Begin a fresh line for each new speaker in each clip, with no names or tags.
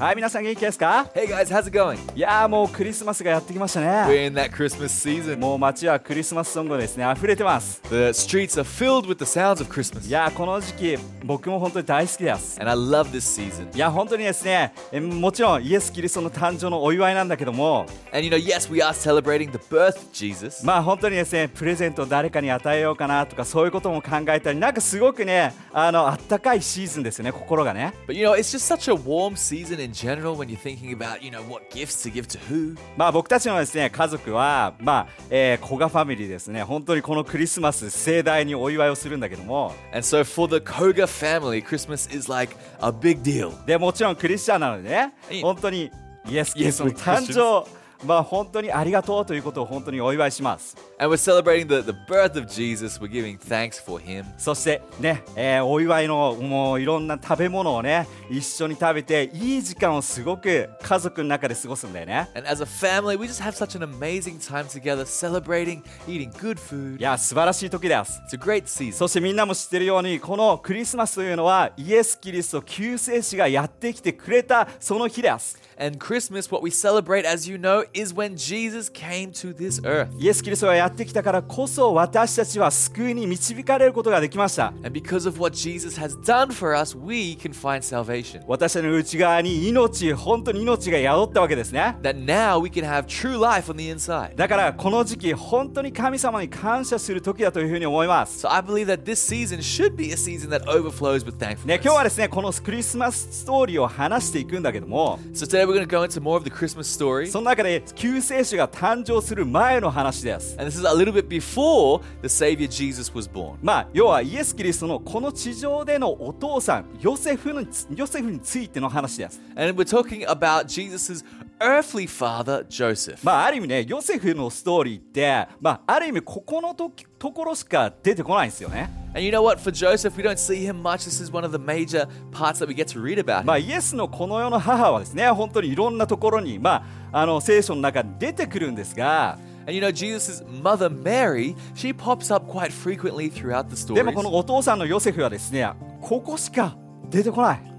はい皆さん元気ですか
Hey guys, how's it going?
いやーもうクリスマスがやってきましたね
We're in that Christmas season.
もう街はクリスマスソングですね溢れてます
The streets are filled with the sounds of Christmas.
いやーこの時期僕も本当に大好きです
And I love this season.
いや本当にですねえもちろんイエス・キリストの誕生のお祝いなんだけども
And you know, yes, we are celebrating the birth of Jesus.
まあ本当にですねプレゼントを誰かに与えようかなとかそういうことも考えたりなんかすごくねあのあったかいシーズンですよね心がね
But you know, it's just such a warm season in general when you're thinking about, you know, what gifts to give to who.
まあ僕たちのですね家族はまあ、えー、古賀ファミリーですね本当にこのクリスマス盛大にお祝いをするんだけども
And so for the Koga family, Christmas is like a big deal.
でもちろんクリスチャンなのでね
いい
本当にイエス・キリストの
Yes, we're Christians.
誕生まあ本当にありがとうということを本当にお祝いします
And we're celebrating the, the birth of Jesus. We're giving thanks for him.
そしてね、えーお祝いのもういろんな食べ物をね一緒に食べていい時間をすごく家族の中で過ごすんだよね
And as a family, we just have such an amazing time together, celebrating, eating
い
good food.
や素晴らしい時です
It's a great season.
そしてみんなも知ってるようにこのクリスマスというのはイエス・キリスト救世主がやってきてくれたその日です
And Christmas, what we celebrate, as you know, is when Jesus came to this earth.
イエス・キリストがやってきたからこそ私たちは救いに導かれることができました
And because of what Jesus has done for us, we can find salvation.
私たちの内側に命本当に命が宿ったわけですね
That now we can have true life on the inside.
だからこの時期本当に神様に感謝する時だというふうに思います
So I believe that this season should be a season that overflows with
ね、今日は
thankfulness.
ですねこのクリスマスストーリーを話していくんだけども
So today we're going to go into more of the Christmas story.
その中で救世主が誕生する前の話です
And this is a little bit before the Savior Jesus was born.
まあ要はイエス・キリストのこの地上でのお父さんヨセフのヨセフについての話です
And we're talking about Jesus' earthly father, Joseph.
まあある意味ねヨセフのストーリーってまあある意味ここのときところしか出てこないんですよね
And you know what? For Joseph, we don't see him much. This is one of the major parts that we get to read about. him.
まあイエスのこの世の母はですね本当にいろんなところにまああの聖書の中に出てくるんですが
And you know, Jesus' mother Mary, she pops up quite frequently throughout the
で
stories.
もこのお父さんのヨセフはですねここしか出てこない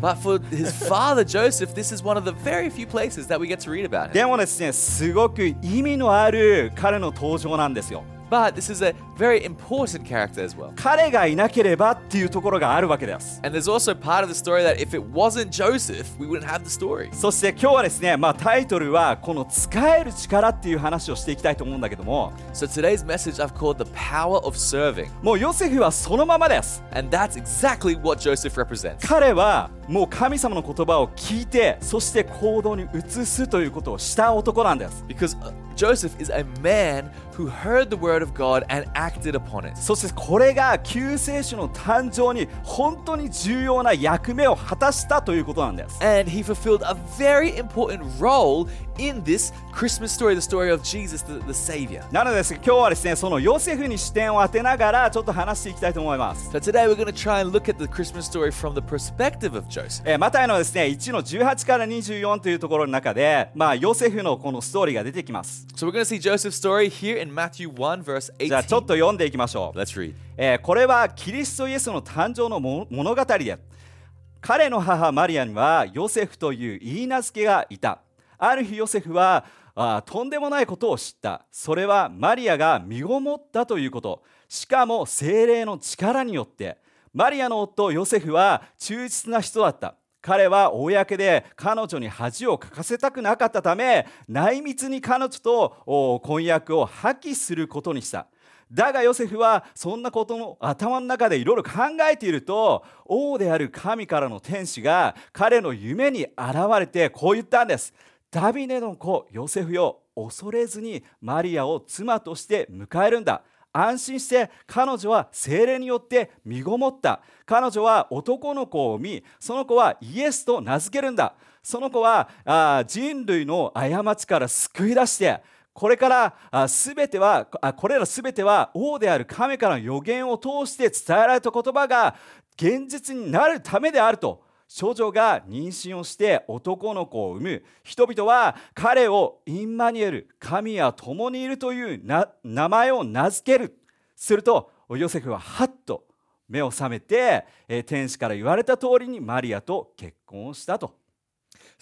But for his father Joseph, this is one of the very few places that we get to read about him.
でもですねすごく意味のある彼の登場なんですよ
But this is a very important character as well.
彼がいなければっていうところがあるわけです
And there's also part of the story that if it wasn't Joseph, we wouldn't have the story.
そして今日はですね、まあ、タイトルはこの使える力っていう話をしていきたいと思うんだけども
So today's message I've called The Power of Serving.
もうヨセフはそのままです
And that's exactly what Joseph represents.
彼はもう神様の言葉を聞いてそして行動に移すということをした男なんです
Because uh, Joseph is a man who heard the word of God and acted upon it.
そしてこれが救世主の誕生に本当に重要な役目を果たしたということなんです
And he fulfilled a very important role in this Christmas story, the story of Jesus, the, the Savior.
なのでですね今日はですねそのヨセフに視点を当てながらちょっと話していきたいと思います、
So today we're going to try and look at the Christmas story from the perspective of Joseph.
えーマタイのですね1の18から24というところの中でまあヨセフのこのストーリーが出てきます
So we're going to see Joseph's story here in Matthew 1, verse
じゃあちょっ
18.
と読んでいきましょう、
Let's read.
えーこれはキリストイエスの誕生のも物語で彼の母マリアにはヨセフという言い名付けがいたある日ヨセフはあーとんでもないことを知ったそれはマリアが身ごもったということしかも精霊の力によってマリアの夫ヨセフは忠実な人だった彼は公で彼女に恥をかかせたくなかったため内密に彼女とお婚約を破棄することにしただがヨセフはそんなことの頭の中でいろいろ考えていると王である神からの天使が彼の夢に現れてこう言ったんです。ダビデの子ヨセフよ恐れずにマリアを妻として迎えるんだ。安心して彼女は精霊によって身ごもった彼女は男の子を産みその子はイエスと名付けるんだその子はあー人類の過ちから救い出してこれからあ全てはあこれら全ては王である神からの予言を通して伝えられた言葉が現実になるためであると少女が妊娠をして男の子を産む人々は彼をインマニュエル神は共にいるというな名前を名付けるするとヨセフはハッと目を覚めて、えー天使から言われた通りにマリアと結婚をしたと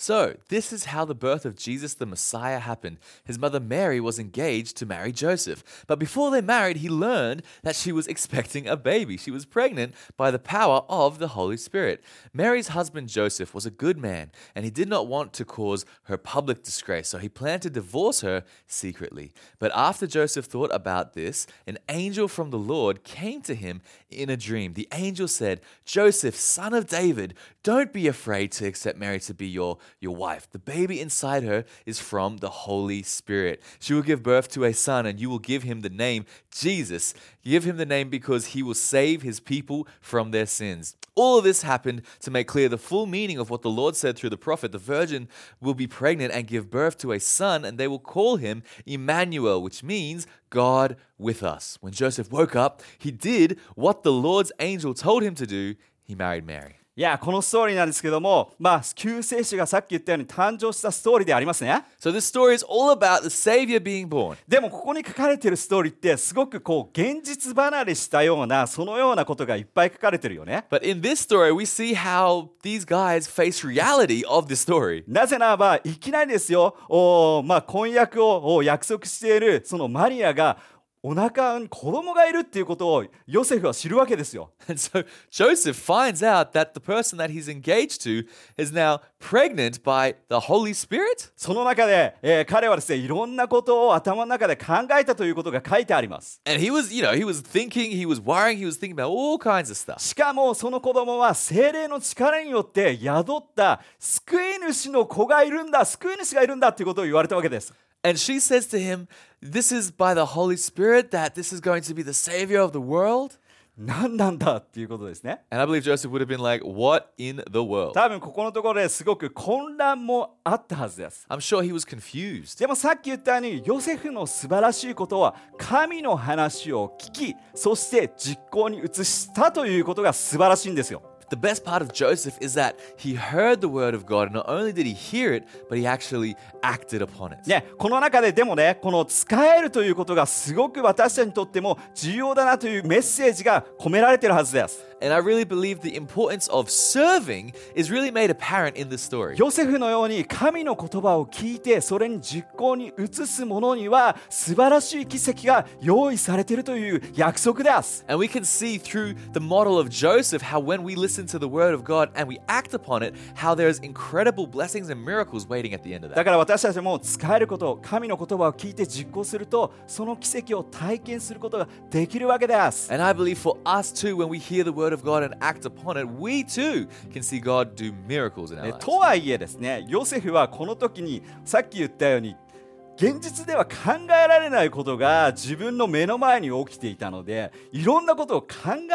So, this is how the birth of Jesus the Messiah happened. His mother Mary was engaged to marry Joseph, but before they married, he learned that she was expecting a baby. She was pregnant by the power of the Holy Spirit. Mary's husband Joseph was a good man, and he did not want to cause her public disgrace, so he planned to divorce her secretly. But after Joseph thought about this, an angel from the Lord came to him in a dream. The angel said, Joseph, son of David, don't be afraid to accept Mary to be your, your wife. The baby inside her is from the Holy Spirit. She will give birth to a son, and you will give him the name Jesus. Give him the name because he will save his people from their sins. All of this happened to make clear the full meaning of what the Lord said through the prophet. The virgin will be pregnant and give birth to a son, and they will call him Emmanuel, which means God with us. When Joseph woke up, he did what the Lord's angel told him to do. He married Mary.
いやこのストーリーなんですけどもまあ救世主がさっき言ったように誕生したストーリーでありますね
So this story is all about the Savior being born.
でもここに書かれてるストーリーってすごくこう現実離れしたようなそのようなことがいっぱい書かれてるよね
But in this story, we see how these guys face reality of the story.
なぜならばいきなりですよおー、まあ、婚約をお約束しているそのマリアがお腹に子供がいるっていうことをヨセフは知るわけですよ
And so Joseph finds out that the person that he's engaged to is now pregnant by the Holy Spirit.
その中で、えー彼はですねいろんなことを頭の中で考えたということが書いてあります
And he was, you know, he was thinking, he was worrying, he was thinking about all kinds of stuff.
しかもその子供は精霊の力によって宿った救い主の子がいるんだ救い主がいるんだっていうことを言われたわけです
And she says to him, This is by the Holy Spirit that this is going to be the Savior of the world.
何なんだっていうことですね
And I believe Joseph would have been like, What in the world?
多分ここのところですごく混乱もあったはずです
I'm sure he was confused.
でもさっき言ったようにヨセフの素晴らしいことは神の話を聞きそして実行に移したということが素晴らしいんですよ
The best part of Joseph is that he heard the word of God, and not only did he hear it, but he actually acted upon it.
ね、この中ででもねこの使えるということがすごく私たちにとっても重要だなというメッセージが込められてるはずです
And I really believe the importance of serving is really made apparent in this story.
ヨセフのように神の言葉を聞いてそれに実行に移す者には素晴らしい奇跡が用意されているという約束です
And we can see through the model of Joseph how when we listen to the word of God and we act upon it, how there's incredible blessings and miracles waiting at the end of
だ
that.
から私たちも使えること神の言葉を聞いて実行するとその奇跡を体験することができるわけです
And I believe for us too, when we hear the word of God and act upon it, we too can see God do miracles in our
え
lives.
とはいえですねヨセフはこの時にさっき言ったように現実では考えられないことが自分の目の前に起きていたのでいろんなことを考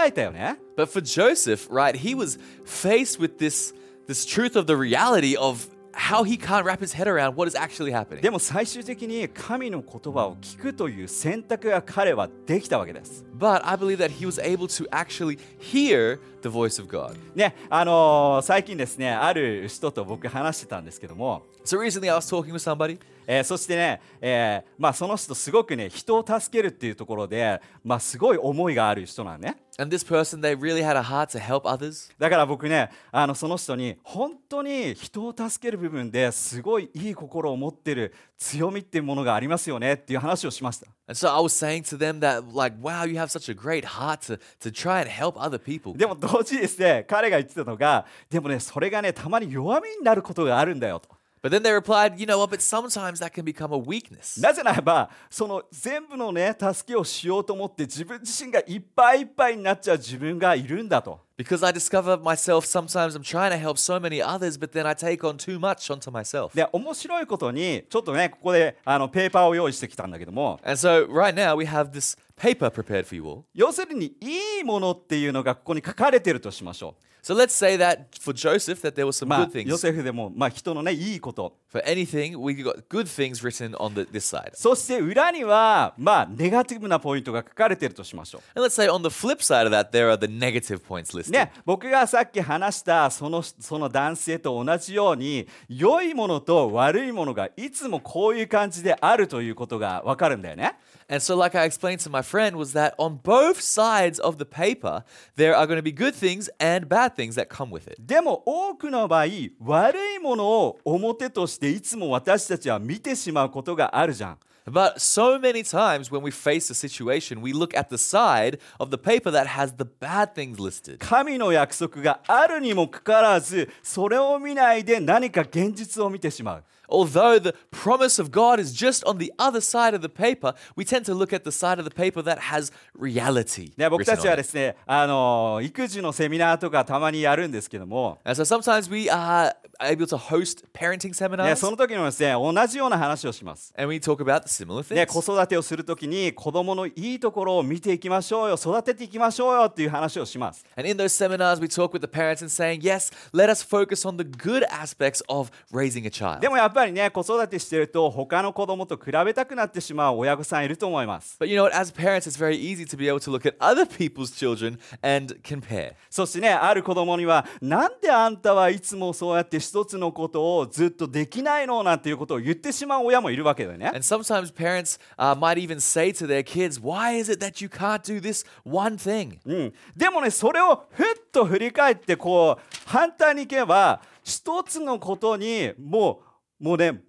えたよね
But for Joseph, right, he was faced with this this truth of the reality of how he can't wrap his head around what is actually happening.
でも最終的に神の言葉を聞くという選択が彼はできたわけです。
But I believe that he was able to actually hear the voice of God.
ねあのー最近ですねある人と僕話してたんですけども
So recently I was talking with somebody
えーそしてね、えーまあ、その人すごくね人を助けるっていうところで、まあ、すごい思いがある人なんね
and this person they really had a heart to help others.
だから僕ねあのその人に本当に人を助ける部分ですごいいい心を持ってる強みっていうものがありますよねっていう話をしました
And so I was saying to them that like wow, you have such a great heart to to try and help other people.
でも同時にですね彼が言ってたのがでもねそれがねたまに弱みになることがあるんだよと
But then they replied, you know what, but sometimes that can become a weakness.
なぜならばその全部のね助けをしようと思って自分自身がいっぱいいっぱいになっちゃう自分がいるんだと
Because I discover myself sometimes I'm trying to help so many others, but then I take on too much onto myself.
で面白いことにちょっとねここであのペーパーを用意してきたんだけども
And so right now we have this paper prepared for you all.
要するにいいものっていうのがここに書かれてるとしましょ
So let's say that for Joseph that there were
う、
some
まあ
good、
ヨ
things.
セフでも、まあ、人のねいいこと
For anything, we got good things written on the, this side.
そして裏には、まあ、ネガティブなポイントが書かれているとしましょ
And let's say on the flip side of that, there are the negative points
う。
listed.
ね、僕がさっき話したそのその男性と同じように良いものと悪いものがいつもこういう感じであるということがわかるんだよね。
And so, like I explained to my friend, was that on both sides of the paper, there are going to be good things and bad things that come with it.
でも多くの場合悪いものを表としていつも私たちは見てしまうことがあるじゃん。
But so many times when we face a situation, we look at the side of the paper that has the bad things listed.
神の約束があるにもかかわらずそれを見ないで何か現実を見てしまう。
Although the promise of God is just on the other side of the paper, we tend to look at the side of the paper that has reality.
ね、僕
written
たちは
on
で
it.
すね、あの育児のセミナーとかたまにやるんですけども、
And so sometimes we are able to host parenting
ね、
seminars
その時にもですね同じような話をします。
and we talk about the similar
ね、
things.
子育てをする時に子供のいいところを見ていきましょうよ育てていきましょうよっていう話をします。
And in those seminars, we talk with the parents and saying, yes, let us focus on the good aspects of raising a child.
でもやっぱりね子育てしてると他の子供と比べたくなってしまう親御さんいると思います
But you know what? As parents, it's very easy to be able to look at other people's children and compare.
そしてねある子供にはなんであんたはいつもそうやって一つのことをずっとできないのなんていうことを言ってしまう親もいるわけだよね
And sometimes parents uh, might even say to their kids, why is it that you can't do this one thing?
うん、でもねそれをふっと振り返ってこう反対にいけば一つのことにもうもうね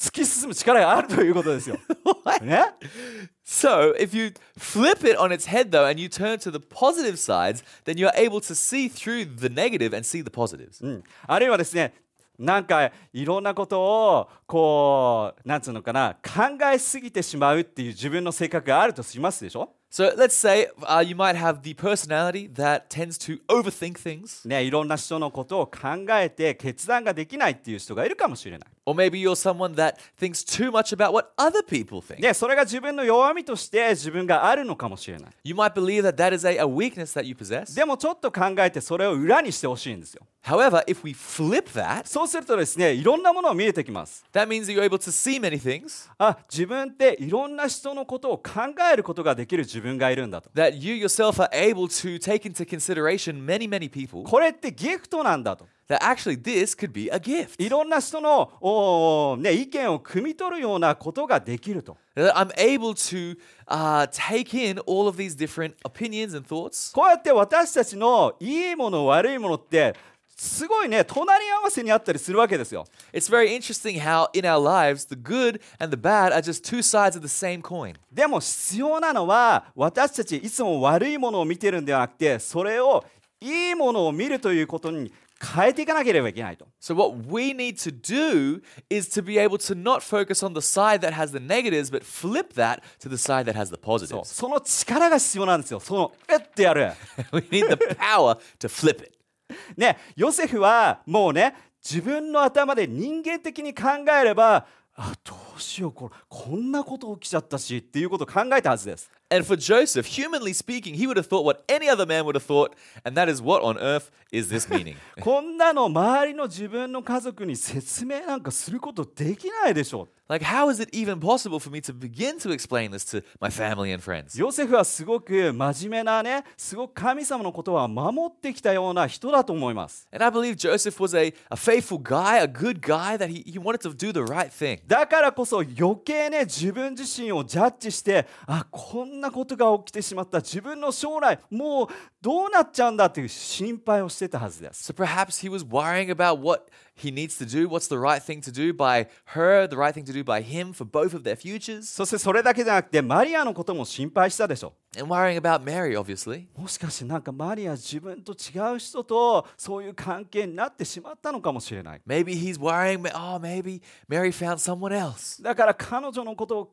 突き進む力があるということですよ。ね、
So if you flip it on its head, though, and you turn to the positive sides, then you're able to see through the negative and see the positives.
うん、あるいはですねなんかいろんなことをこうなんつうのかな考えすぎてしまうっていう自分の性格があるとしますでしょ、
So let's say uh, you might have the personality that tends to overthink things.
ね、いろんな人のことを考えて決断ができないっていう人がいるかもしれない。
Or maybe you're someone that thinks too much about what other people think.
でそれが自分の弱みとして自分があるのかもしれない。
You might believe that that is a, a weakness that you possess.
でもちょっと考えてそれを裏にしてほしいんですよ。
However, if we flip that,
そうするとですね、いろんなものを見えてきます。
that means that you're able to see many things,
あ、自分っていろんな人のことを考えることができる自分がいるんだと。
that you yourself are able to take into consideration many, many people,
これってギフトなんだと。
that actually this could be a gift.
いろんな人のおーね、意見を汲み取るようなことができると。
That I'm able to uh, take in all of these different opinions and thoughts.
こうやって私たちのいいもの悪いものってすごいね隣り合わせにあったりするわけですよ。
It's very interesting how in our lives, the good and the bad are just two sides of the same coin.
でも必要なのは私たちいつも悪いものを見てるんではなくてそれをいいものを見るということに変えていかなければいけないと。
So what we need to do is to be able to not focus on the side that has the negatives, but flip that to the side that has
そ
the
う
positives.
その力が必要なんですよ。そのえってやる。
we need the power to flip it.
ねヨセフはもうね自分の頭で人間的に考えればあどうしようこれこんなこと起きちゃったしっていうことを考えたはずです。
And for Joseph, humanly speaking, he would have thought what any other man would have thought, and that is what on earth is this meaning?
こんなの周りの自分の家族に説明なんかすることできないでしょう。
like, how is it even possible for me to begin to explain this to my family and friends?
ヨセフはすごく真面目なねすごく神様のことは守ってきたような人だと思います。
And I believe Joseph was a, a faithful guy, a good guy, that he, he wanted to do the right thing.
だからこそ余計ね自分自身をジャッジしてあこんなことが起きてしまった自分の将来もうどうなっちゃうんだっていう心配をしてたはずです。
So perhaps he was worrying about what he needs to do, what's the right thing to do by her, the right thing to do by him for both of their futures,
そしてそれだけじゃなくてマリアのことも心配したでしょ。
and worrying about Mary, obviously.
もしかしてなんかマリア自分と違う人とそういう関係になってしまったのかもしれない。
Maybe he's worrying, oh, maybe Mary found someone else.
だから彼女のことを考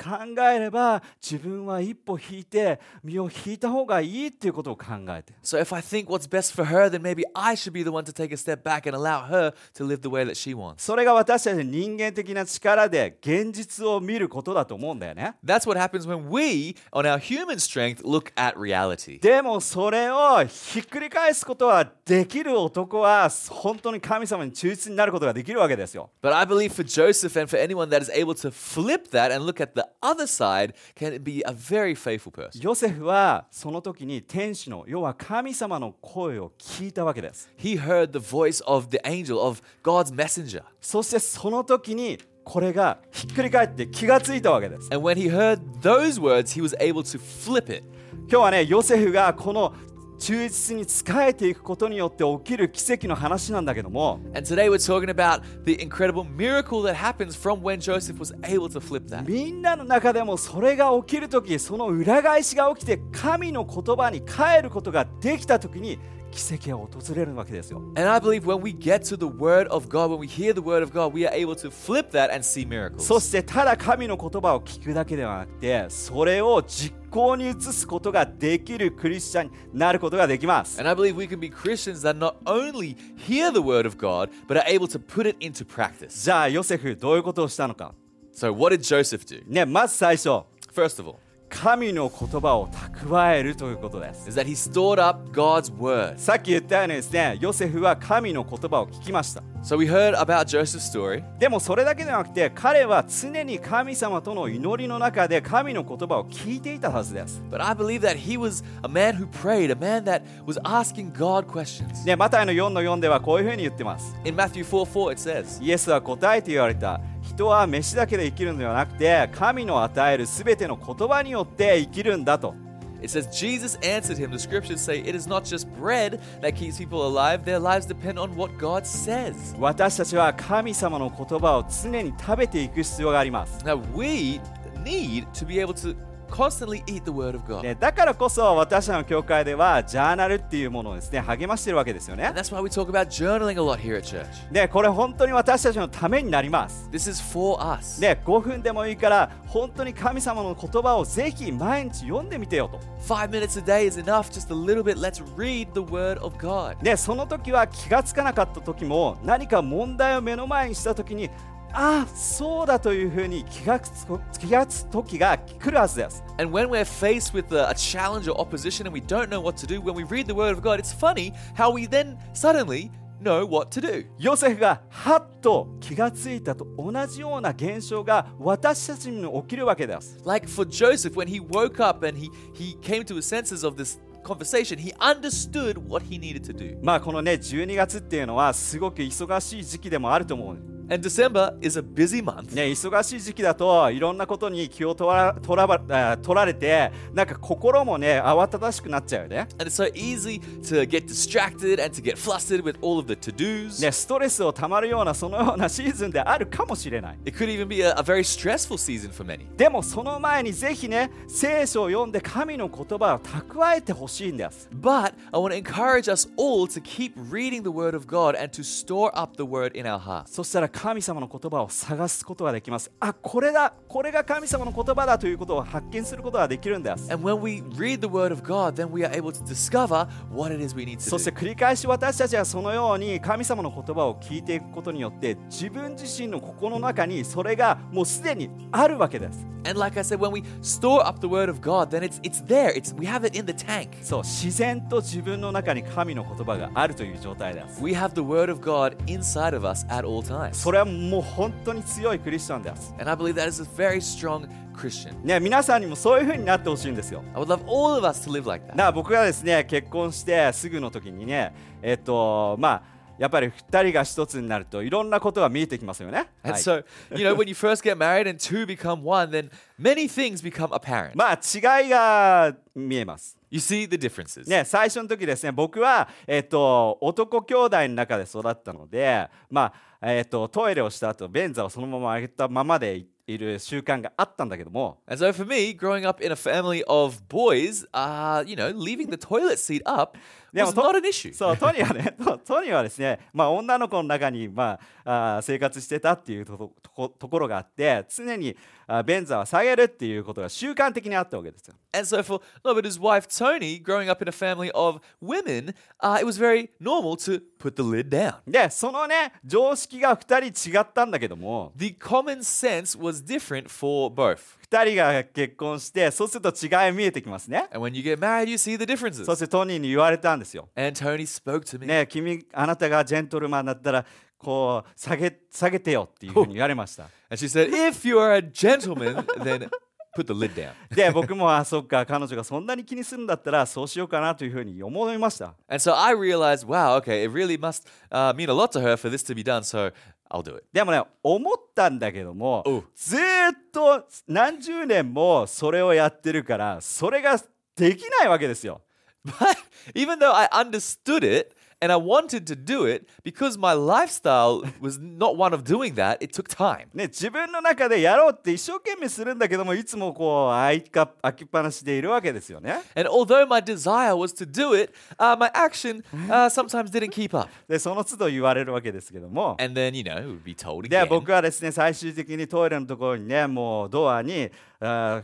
えれば自分は一歩引いて身を引いた方がいいっていうことを考えて
So if I think what's best for her, then maybe I should be the one to take a step back and allow her to live the way that she wants.
それが私たちの人間的な力で現実を見ることだと思うんだよね。
That's what happens when we, on our human strength, look at reality.
でもそれをひっくり返すことはできる男は本当に神様に忠実になることができるわけですよ。
But I believe for Joseph and for anyone that is able to flip that and look at the other side can be a very faithful person.
ヨセフはその時に天使の要は神様の声を聞いたわけです。
He heard the voice of the angel, of God's messenger.
そしてその時にこれがひっくり返って気がついたわけです。
And when he heard those words, he was able to flip it.
今日はね、ヨセフがこの忠実に仕えていくことによって起きる奇跡の話なんだけども、
And today we're talking about the incredible miracle that happens from when Joseph was able to flip that.
みんなの中でもそれが起きる時その裏返しが起きて神の言葉に帰ることができた時に奇跡が訪れるわけですよ
And I believe when we get to the word of God, when we hear the word of God, we are able to flip that and see miracles.
そしてただ神の言葉を聞くだけではなくてそれを実行に移すことができるクリスチャンになることができます
And I believe we can be Christians that not only hear the word of God, but are able to put it into practice.
じゃあヨセフどういうことをしたのか
So, what did Joseph do?
ねまず最初
First of all,
神の言葉を蓄えるということです
is that he stored up God's word.
さっき言ったようにですねヨセフは神の言葉を聞きました
So, we heard about Joseph's story,
でもそれだけではなくて彼は常に神様との祈りの中で神の言葉を聞いていたはずです。
but I believe that he was a man who prayed, a man that was asking God questions.
ね、マタイの4の4ではこういうふうに言ってます。
In Matthew 4 4, it says,
イエスは答えて言われた。人は飯だけで生きるのではなくて神の与えるすべての言葉によって生きるんだと。
It says, Jesus answered him. The scriptures say, It is not just bread that keeps people alive, their lives depend on what God says.
私たちは神様の言葉を常に食べていく必要があります。
Now, we need to be able to constantly eat the word of God.
ね、だからこそ私たちの教会ではジャーナルっていうものをですね励ましてるわけですよね
And。that's why we talk about journaling a lot here at church.
でこれ本当に私たちのためになります。
This is for us.
ね、5分でもいいから本当に神様の言葉をぜひ毎日読んでみてよと、
Five minutes a day is enough, just a little bit. Let's read the word of God.
ね、その時は気がつかなかった時も何か問題を目の前にした時にああそうだというふうに気がつく気がつく時が来るはずです
And when we're faced with a, a challenge or opposition and we don't know what to do, when we read the word of God, it's funny how we then suddenly know what to do.
ヨセフがはっと気がついたと同じような現象が私たちにも起きるわけです
Like for Joseph, when he woke up and he, he came to his senses of this conversation, he understood what he needed to do.
まあこのね12月っていうのはすごく忙しい時期でもあると思う
And December is a busy month.
ね、忙しい時期だといろんなことに気をとらとらばあ取られてなんか心もね慌ただしくなっちゃうよね
And it's so easy to get distracted and to get flustered with all of the to dos.
ねストレスをたまるようなそのようなシーズンであるかもしれない
It could even be a, a very stressful season for many.
でもその前にぜひね聖書を読んで神の言葉を蓄えてほしいんです
But I want to encourage us all to keep reading the Word of God and to store up the Word in our hearts.
そしたら神様の言葉を探すことができますあこれだこれが神様の言葉だということを発見することができるんです
And when we read the Word of God, then we are able to discover what it is we need to
そして
do.
繰り返し私たちはそのように神様の言葉を聞いていくことによって自分自身の心の中にそれがもうすでにあるわけです
And like I said, when we store up the Word of God, then it's it's there. It's we have it in the tank.
そう自然と自分の中に神の言葉があるという状態です
We have the Word of God inside of us at all times.
それはもう本当に強いクリスチャンです
And I believe that is a very strong Christian.
ね皆さんにもそういう風になってほしいんですよ
I would love all of us to live like that.
な僕がですね結婚してすぐの時にねえっとまあやっぱり2人が1つになるといろんなことが見えてきますよね、
And
はい
so, you know, when you first get married and two become one, then many things become apparent.
まあ違いが見えます
You see the differences.
ね、最初の時ですね僕は、えっと男兄弟の中で育ったので、まあえっとトイレをした後便座をそのまま上げたままでいいる習慣があったんだけども
And so for me, growing up in a family of boys, uh, you know, leaving the toilet seat up
でも
was not an issue.
そうトニーはね そうトニーはですね、まあ、女の子の中に、まあ、あー生活してたっていうとことこところがあって常にあベンザは下げるっていうことが習慣的にあったわけですよ。
And so for Lovator's wife Tony, growing up in a family of women, uh, it was very normal to put the lid down.
でそのね常識が2人違ったんだけども
The common sense was different for both.
2人が結婚してそうすると違い見えてきますね。
And when you get married, you see the differences.
そしてトニーに言われたんですよ。
And Tony spoke to me.
ね君あなたがジェントルマンだったらこう下げ下げてよっていうふうに言われま した。
And she said, If you are a gentleman, then put the lid down.
で僕もあそっか彼女がそんなに気にするんだったらそうしようかなというふうに思いました
And so I realized, wow, okay, it really must uh, mean a lot to her for this to be done, so I'll do it.
でもね思ったんだけども
おう
ずーっと何十年もそれをやってるからそれができないわけですよ
But even though I understood it and I wanted to do it, because my lifestyle was not one of doing that, it took time.
ね、自分の中でやろうって一生懸命するんだけどもいつもこう開いか開きっぱなしでいるわけですよね
And although my desire was to do it, uh, my action uh, sometimes didn't keep up.
でその都度言われるわけですけども
And then, you know, it would be told
で
again.
僕はですね最終的にトイレのところにねもうドアにあー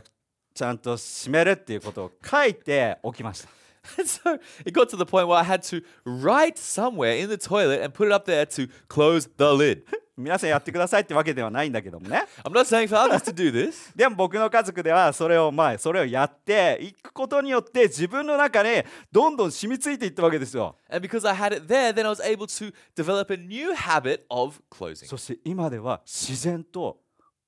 ちゃんと閉めるっていうことを書いておきました
And so it got to the point where I had to write somewhere in the toilet and put it up there to close the lid.
皆さんやってくださいってわけではないんだけどもね
I'm not saying for others to do this,
でも僕の家族ではそれをまあそれをやっていくことによって自分の中でどんどん染みついていったわけですよ
and because I had it there, then I was able to develop a new habit of closing.
そして今では自然と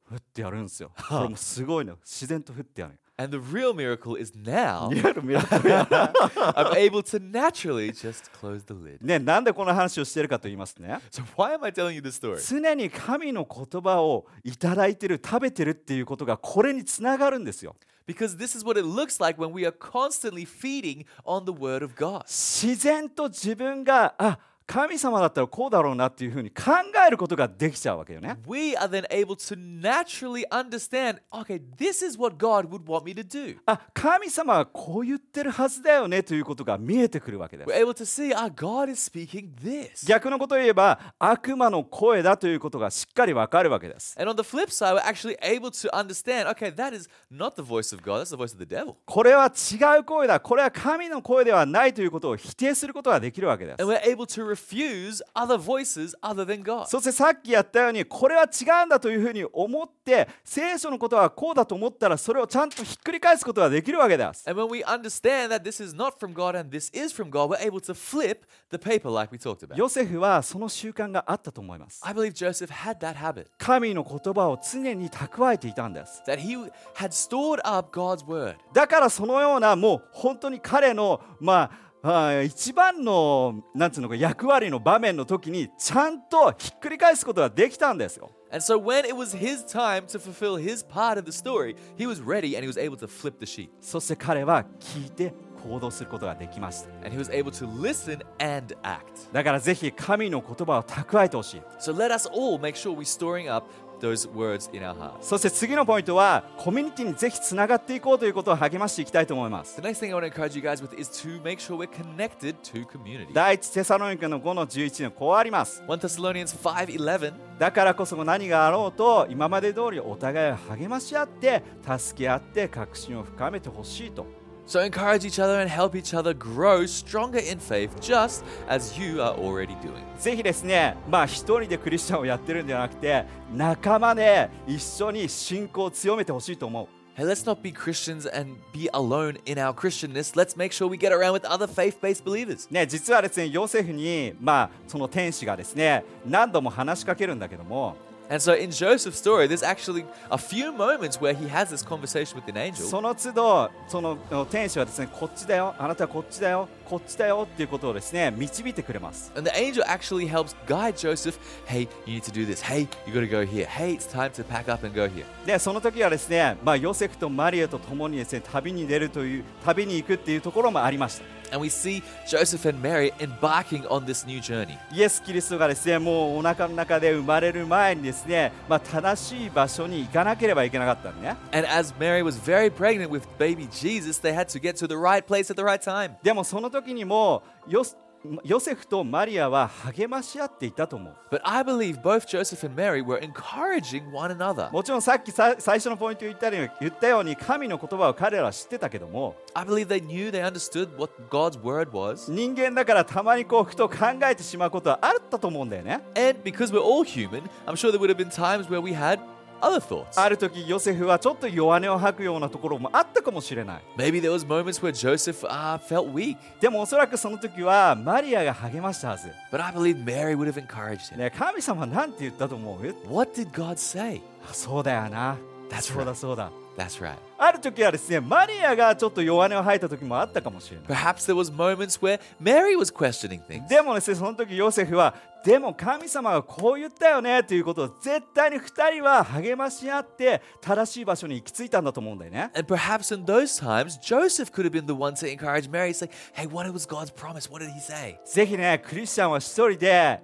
振ってやるんですよこれもすごいの自然と振ってやる
And the real miracle is now
リアルミラクルやな
I'm able to naturally just close the lid.
ねなんでこの話をしてるかと言いますとね
So why am I telling you this story?
常に神の言葉をいただいてる食べてるっていうことがこれにつながるんですよ
Because this is what it looks like when we are constantly feeding on the word of God.
自然と自分があ神様だったらこうだろうなっていうふうに考えることができちゃうわけよね
We are then able to naturally understand, okay, this is what God would want me to do.
あ神様はこう言ってるはずだよねということが見えてくるわけです
We're able to see, ah, God is speaking this.
逆のことを言えば悪魔の声だということがしっかりわかるわけです
And on the flip side, we're actually able to understand, okay, that is not the voice of God, that's the voice of the devil.
これは違う声だこれは神の声ではないということを否定することができるわけです
And we're able to refuse other voices other than God.
そしてさっきやったようにこれは違うんだというふうに思って聖書のことはこうだと思ったらそれをちゃんとひっくり返すことができるわけです
And when we understand that this is not from God and this is from God, we're able to flip the paper like we talked about.
ヨセフはその習慣があったと思います
I believe Joseph had that habit,
神の言葉を常に蓄えていたんです
that he had stored up God's word.
だからそのようなもう本当に彼のまああー一番のなんつうのか役割の場面の時にちゃんとひっくり返すことができたんですよ。
And so when it was his time to fulfill his part of the story, he was ready and he was able to flip the sheet.
そして彼は聞いて行動することができました。
And he was able to listen and act.
だからぜひ神の言葉を蓄えてほしい。
So let us all make sure we're storing up those words in our hearts.
そして次のポイントはコミュニティにぜひつながっていこうということを励ましていきたいと思います
The。next thing I want to encourage you guys with is to make sure we're connected to community.
第一テサロニカの5の11のこうあります。
1 Thessalonians 5:11
だからこそ何があろうと今まで通りお互いを励まし合って助け合って確信を深めてほしいと。
So encourage each other and help each other grow stronger in faith, just as you are already doing.
ぜひですね、まあ、一人でクリスチャンをやってるんじゃなくて仲間で一緒に信仰を強めてほしいと思う
Hey, let's not be Christians and be alone in our Christianness. Let's make sure we get around with other faith based believers.
ね実はですねヨセフに、まあ、その天使がですね何度も話しかけるんだけども
And so in Joseph's story, there's actually a few moments where he has this conversation with an angel.
その都度その天使はですねこっちだよあなたはこっちだよこっちだよっていうことをですね導いてくれます
And the angel actually helps guide Joseph. Hey, you need to do this. Hey, you gotta go here. Hey, it's time to pack up and go here.
でその時はですね、まあ、ヨセフとマリアと共にですね旅に出るという旅に行くっていうところもありました
And we see Joseph and Mary embarking on this new journey.
イエス・キリストがですねもうお腹の中で生まれる前にですね、まあ、正しい場所に行かなければいけなかったのね
And as Mary was very pregnant with baby Jesus, they had to get to the right place at the right time.
でもその時にもヨスヨセフとマリアは励まし合っていたと思う
But I believe both Joseph and Mary were encouraging one another.
もちろんさっきさ最初のポイント言ったように言ったように神の言葉を彼らは知ってたけども
I believe they knew, they understood what God's word was.
人間だからたまにこうふと考えてしまうことはあったと思うんだよね
And because we're all human, I'm sure there would have been times where we had other thoughts.
ある時ヨセフはちょっと弱音を吐くようなところもあったかもしれない
Maybe there was moments where Joseph uh, felt weak,
でもおそらくその時はマリアが励ましたはず、
but I believe Mary would have encouraged him.
ね、神様なんて言ったと思う
What did God say?
あそうだよな
That's
そうだ
right.
そうだ
That's right.
ある時はですねマリアがちょっと弱音を吐いた時もあったかもしれない
Perhaps there was moments where Mary was questioning things.
でもですねその時ヨセフはでも神様がこう言ったよねということを絶対に2人は励まし合って正しい場所に行き着いたんだと思うんだよね
And perhaps in those times, Joseph could have been the one to encourage Mary, saying, Hey, what was God's promise? What did he say?
ぜひねクリスチャンは一人で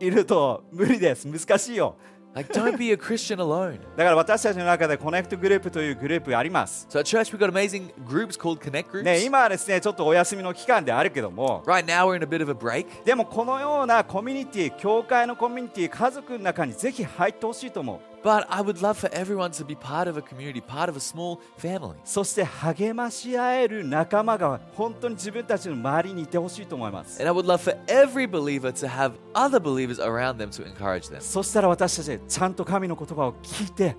いると無理です難しいよ
Like, don't be a Christian alone.
だから私たちの中でコネクトグループというグループがあります。
So at church, we've got amazing groups called Connect Groups.
ね、今はですね、ちょっとお休みの期間であるけども、
Right now, we're in a bit of a break.
でもこのようなコミュニティ、教会のコミュニティ、家族の中にぜひ入ってほしいと思う。
But I would love for everyone to be part of a community, part of a small family.
そして励まし合える仲間が本当に自分たちの周りにいてほしいと思います。
And I would love for every believer to have other believers around them to encourage them.
そしたら私たちちゃんと神の言葉を聞いて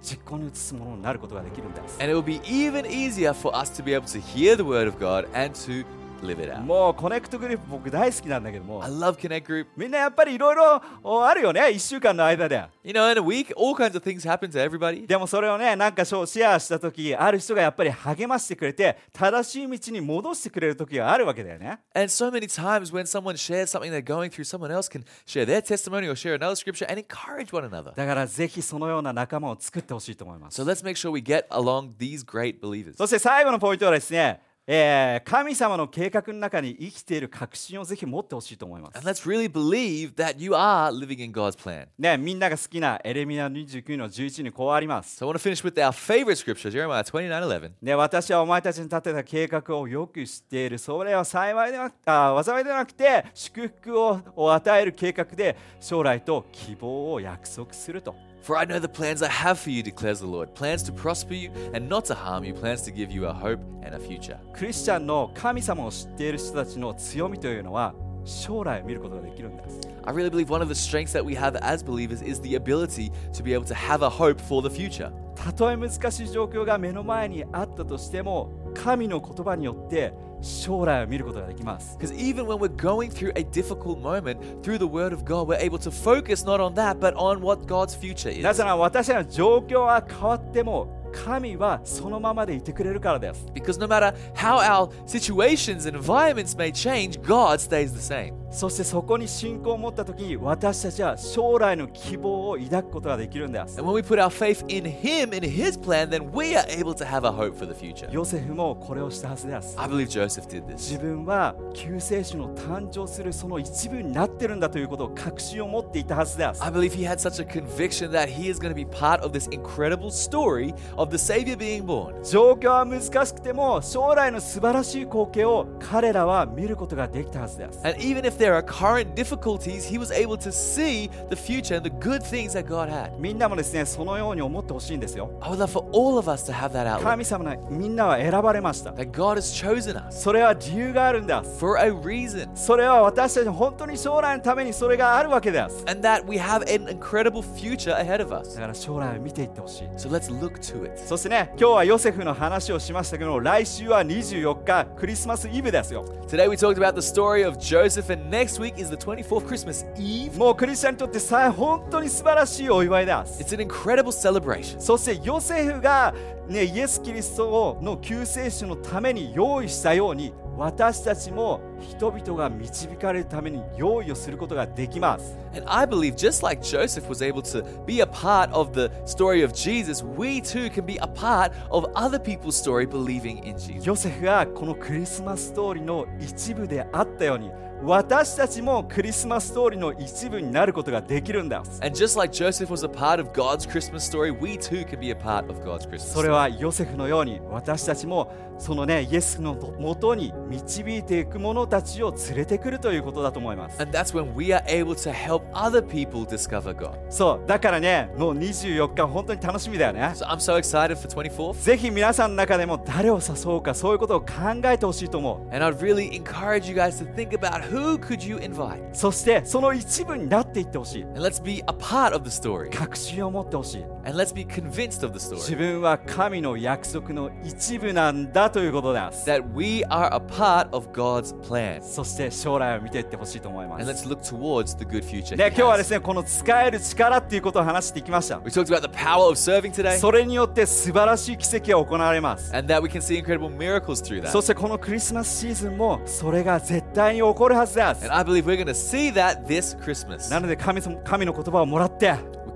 実行に移すものになることができるんです。
And it will be even easier for us to be able to hear the word of God and to live it out.
もうコネクトグループ僕大好きなんだけども
I、love Connect Group.
みんなやっぱりいろいろあるよね、1週間の間で。
You know, in a week, all kinds of things happen to everybody.
でもそれをねなんかシェアした時ある人がやっぱり励ましてくれて正しい道に戻してくれる時があるわけだよね
And so many times when someone shares something they're going through, someone else can share their testimony or share another scripture and encourage one another.
だからぜひそのような仲間を作ってほしいと思います
So let's make sure we get along these great believers.
そして最後のポイントはですね、えー神様の計画の中に生きている確信をぜひ持ってほしいと思います
And let's really believe that you are living in God's plan.
ねみんなが好きなエレミヤ29の11にこうあります
So I want to finish with our favorite scripture, Jeremiah 29 11.
ね、私はお前たちに立てた計画をよく知っている。それは幸いではあ災いではなくて、祝福をを与える計画で、将来と希望を約束すると。
For I know the plans I have for you, declares the Lord plans to prosper you and not to harm you, plans to give you a hope and a future.
クリスチャンの神様を知っている人たちの強みというのは将来を見ることができるんです。
I really believe one of the strengths that we have as believers is the ability to be able to have a hope for the future.
たとえ難しい状況が目の前にあったとしても神の言葉によって将来を見ることができます。
Because even when we're going through a difficult moment, through the Word of God, we're able to focus not on that, but on what God's future
な
is.
ぜなら私たちの状況は変わっても神はそのままでいてくれるからです。
Because no matter how our situations and environments may change, God stays the same.
そしてそこに信仰を持った時に私たちは将来の希望を抱くことができるんです。
And when we put our faith in Him and His plan, then we are able to have a hope for the future.
ヨセフもこれをしたはずです。
I believe Joseph did this.
自分は救世主の誕生するその一部になってるんだということを確信を持っていたはずです
I。believe he had such a conviction that he is going to be part of this incredible story of the Savior being born.
状況は難しくても将来の素晴らしい光景を彼らは見ることができたはずです。
And even if there are current difficulties, he was able to see the future and the good things that God had.
みんなもですね、そのように思ってほしいんですよ。
I would love for all of us to have that outlook
神様のみんなは選ばれました。
that God has chosen us
それは理由があるんです。
for a reason
それは私たちの本当に将来のためにそれがあるわけです。
and that we have an incredible future ahead of us.
だから将来を見ていってほしい。
So let's look to it.
そしてね、今日はヨセフの話をしましたけども、来週は24日、クリスマスイブですよ。
Today we talked about the story of Joseph, and next week is the 24th Christmas Eve.
もうクリスチャンにとってさえ本当に素晴らしいお祝いです。
It's an incredible celebration.
そしてヨセフが、ね、イエス・キリストの救世主のために用意したように私たちも人々が導かれるために用意をすることができます
And I believe just like Joseph was able to be a part of the story of Jesus, we too can be a part of other people's story believing in Jesus.
ヨセフがこのクリスマスストーリーの一部であったように私たちもクリスマスストーリーの一部になることができるんだ
And just like Joseph was a part of God's Christmas story, we too can be a part of God's Christmas
それ
story.
はヨセフのように私たちもそのねイエスのもとに導いていく者たちを連れてくるということだと思います
And that's when we are able to help other people discover God.
そうだからねもう24日本当に楽しみだよね
So I'm so excited for 24th.
ぜひ皆さんの中でも誰を誘うかそういうことを考えてほしいと思
And I'd really encourage you guys to think about who could you invite?
うそしてその一部になっていってほしい
And let's be a part of the story.
確信を持ってほしい
And let's be convinced of the
自
story.
分は神の約束の一部なんだということです
That we are a part of God's plan.
そして将来を見ていってほしいと思いま
And
す
let's look towards the good future.
ね
He
今日はで
has.
すねこの使える力っていうことを話していきました
We talked about the power of serving today
それによって素晴らしい奇跡が行われます
and that we can see incredible miracles through that.
そしてこのクリスマスシーズンもそれが絶対に起こるはずで
And
す
I believe we're going to see that this Christmas.
なので神様神の言葉をもらって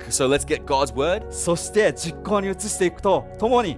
So let's get God's word
そして実行に移していくとともに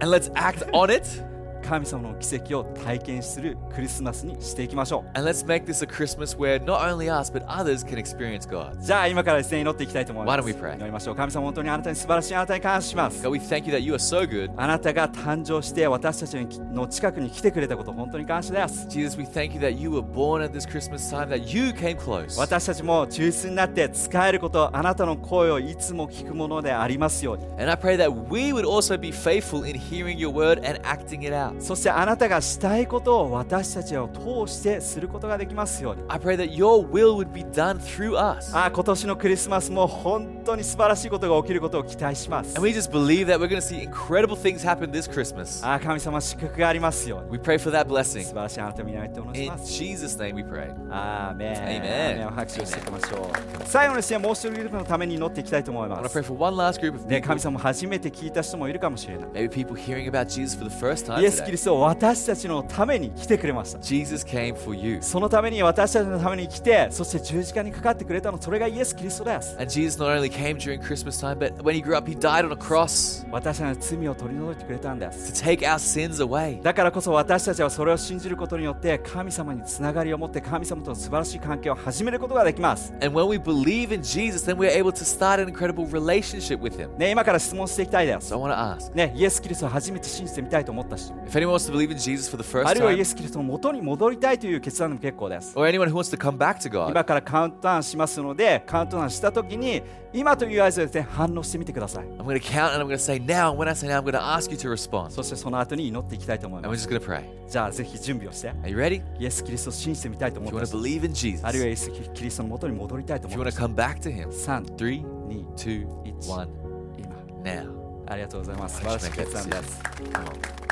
and let's act on it
神様の奇跡を体験するクリスマスにしていきましょ
and let's make this a Christmas where not only us but others can experience God.
うじゃあ今からですね祈っていきたいと思いま
Why don't
す
we pray?
祈りましょう神様本当にあなたに素晴らしいあなたに感謝します
God, we thank you that you are so good.
あなたが誕生して私たちの近くに来てくれたこと本当に感謝です
Jesus, we thank you that you were born at this Christmas time, that you came close.
私たちも忠実になって使えることあなたの声をいつも聞くものでありますように
And I pray that we would also be faithful in hearing your word and acting it out.
そしてあなたがしたいことを私たちを通してすることができますように
I pray that your will would be done through us.
ああ今年のクリスマスも本当に素晴らしいことが起きることを期待します
And we just believe that we're going to see incredible things happen this Christmas.
ああ神様祝福がありますように
We pray for that
素晴
blessing.
らしいあなたを見ないと思い
In
ます
Jesus' name we pray.
アーメン
Amen.
アーメン拍手をしていきましょう最後の視点もう一人グループのために祈っていきたいと思い
I
ま
want to pray
す
for one last group of
ね神
people.
様初めて聞いた人もいるかもしれない
Maybe people hearing about Jesus for the first time.
イエス・キリ
Today.
ストは私たちのために来てくれました
Jesus came for you.
そのために私たちのために来てそして十字架にかかってくれたのそれがイエス・キリストです
And Jesus not only came during Christmas time, but when he grew up, he died on a cross
私たちの罪を取り除いてくれたんです
to take our sins away.
だからこそ私たちはそれを信じることによって神様につながりを持って神様との素晴らしい関係を始めることができます。
And when we believe in Jesus, then we're able to start an incredible relationship with him.
ね、今から質問していきたいで
So
す
I。want to ask
ね、イエス・キリストを初めて信じてみたいと思った人、
if anyone wants to believe in Jesus for the first
あるいはイエ
time,
ス・キリストの元に戻りたいという決断でも結構です。
or anyone who wants to come back to God,
今からカウントダウンしますので、カウントダウンしたときに、今という合図でですね反応してみてください。
I'm going to count and I'm going to say now. And when I say now, I'm going to ask you to respond.
そしてその後に祈っていきたいと思い
And
ま
we're
す。
just going to pray.
じゃあぜひ準備をして、
Are you ready? If
イエス・キリストを信じてみたいと思
you
った人、
want to believe in Jesus,
あるいは
if
イエス・キリストの元に戻りたいと
you
思っ
want
た
to
人、
come back to Him,
3、
three,
2、
two,
It's-
one,
今。
now.
ありがとうございます。素晴
Why
ら
don't
し
you
い
make that
決断です。
decision? Come on.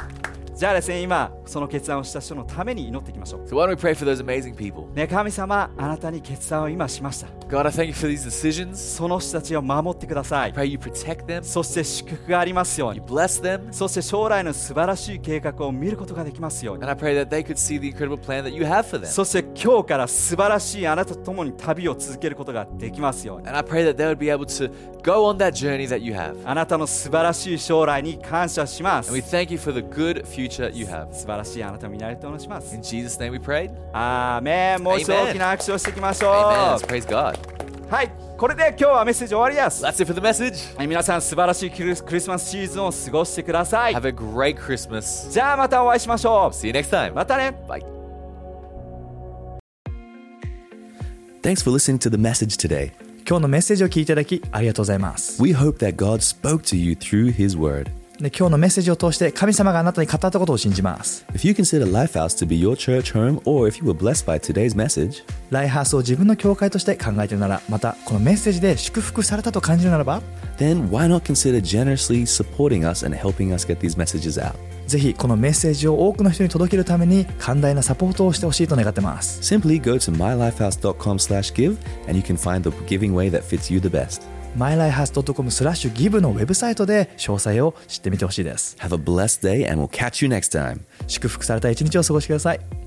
じゃあですね、今、その決断をした人のために祈っていきましょう。
So, why don't we pray for those amazing people?
ね、神様、あなたに決断を今しました。
God, I thank you for these decisions.
その人たちを守ってください
I。pray you protect them,
そして祝福がありますよう
you
に。
bless them,
そして将来の素晴らしい計画を見ることができますように
and。I pray that they could see the incredible plan that you have for them.
そして今日から素晴らしいあなたと共に旅を続けることができますように。
And I pray that they would be able to go on that journey that you have.
あなたの素晴らしい将来に感謝しま
And
す
we。thank you for the good future you
素
have.
晴らしいあなたを見られておりします。
In Jesus' name we prayed.
アーメン。もう一度
Amen.
大きな拍手をしていきましょう。
Amen. Let's praise God.
はい、これで今日はメッセージ終わりです。
That's it for the message.
はい皆さん素晴らしいクリスクリスマスシーズンを過ごしてください
Have a great Christmas.
じゃあまたお会いしましょ
See you next time.
うまたね
Bye.
Thanks for listening to the message today.
今日のメッセージを聞いていただきありがとうございます
We hope that God spoke to you through His Word.
で今日のメッセージを通して神様があなたに語ったことを信じます
If you consider Lifehouse to be your church home, or if you were blessed by today's message,
ライハースを自分の教会として考えているならまたこのメッセージで祝福されたと感じるならば
then why not consider generously supporting us and helping us get these messages out?
ぜひこのメッセージを多くの人に届けるために寛大なサポートをしてほしいと願ってます
Simply go to mylifehouse.com/give and you can find the giving way that fits you the best.
mylifehouse.com スラッシュギブのウェブサイトで詳細を知ってみてほしいです
Have a blessed day and we'll catch you next time.
祝福された一日を過ごしてください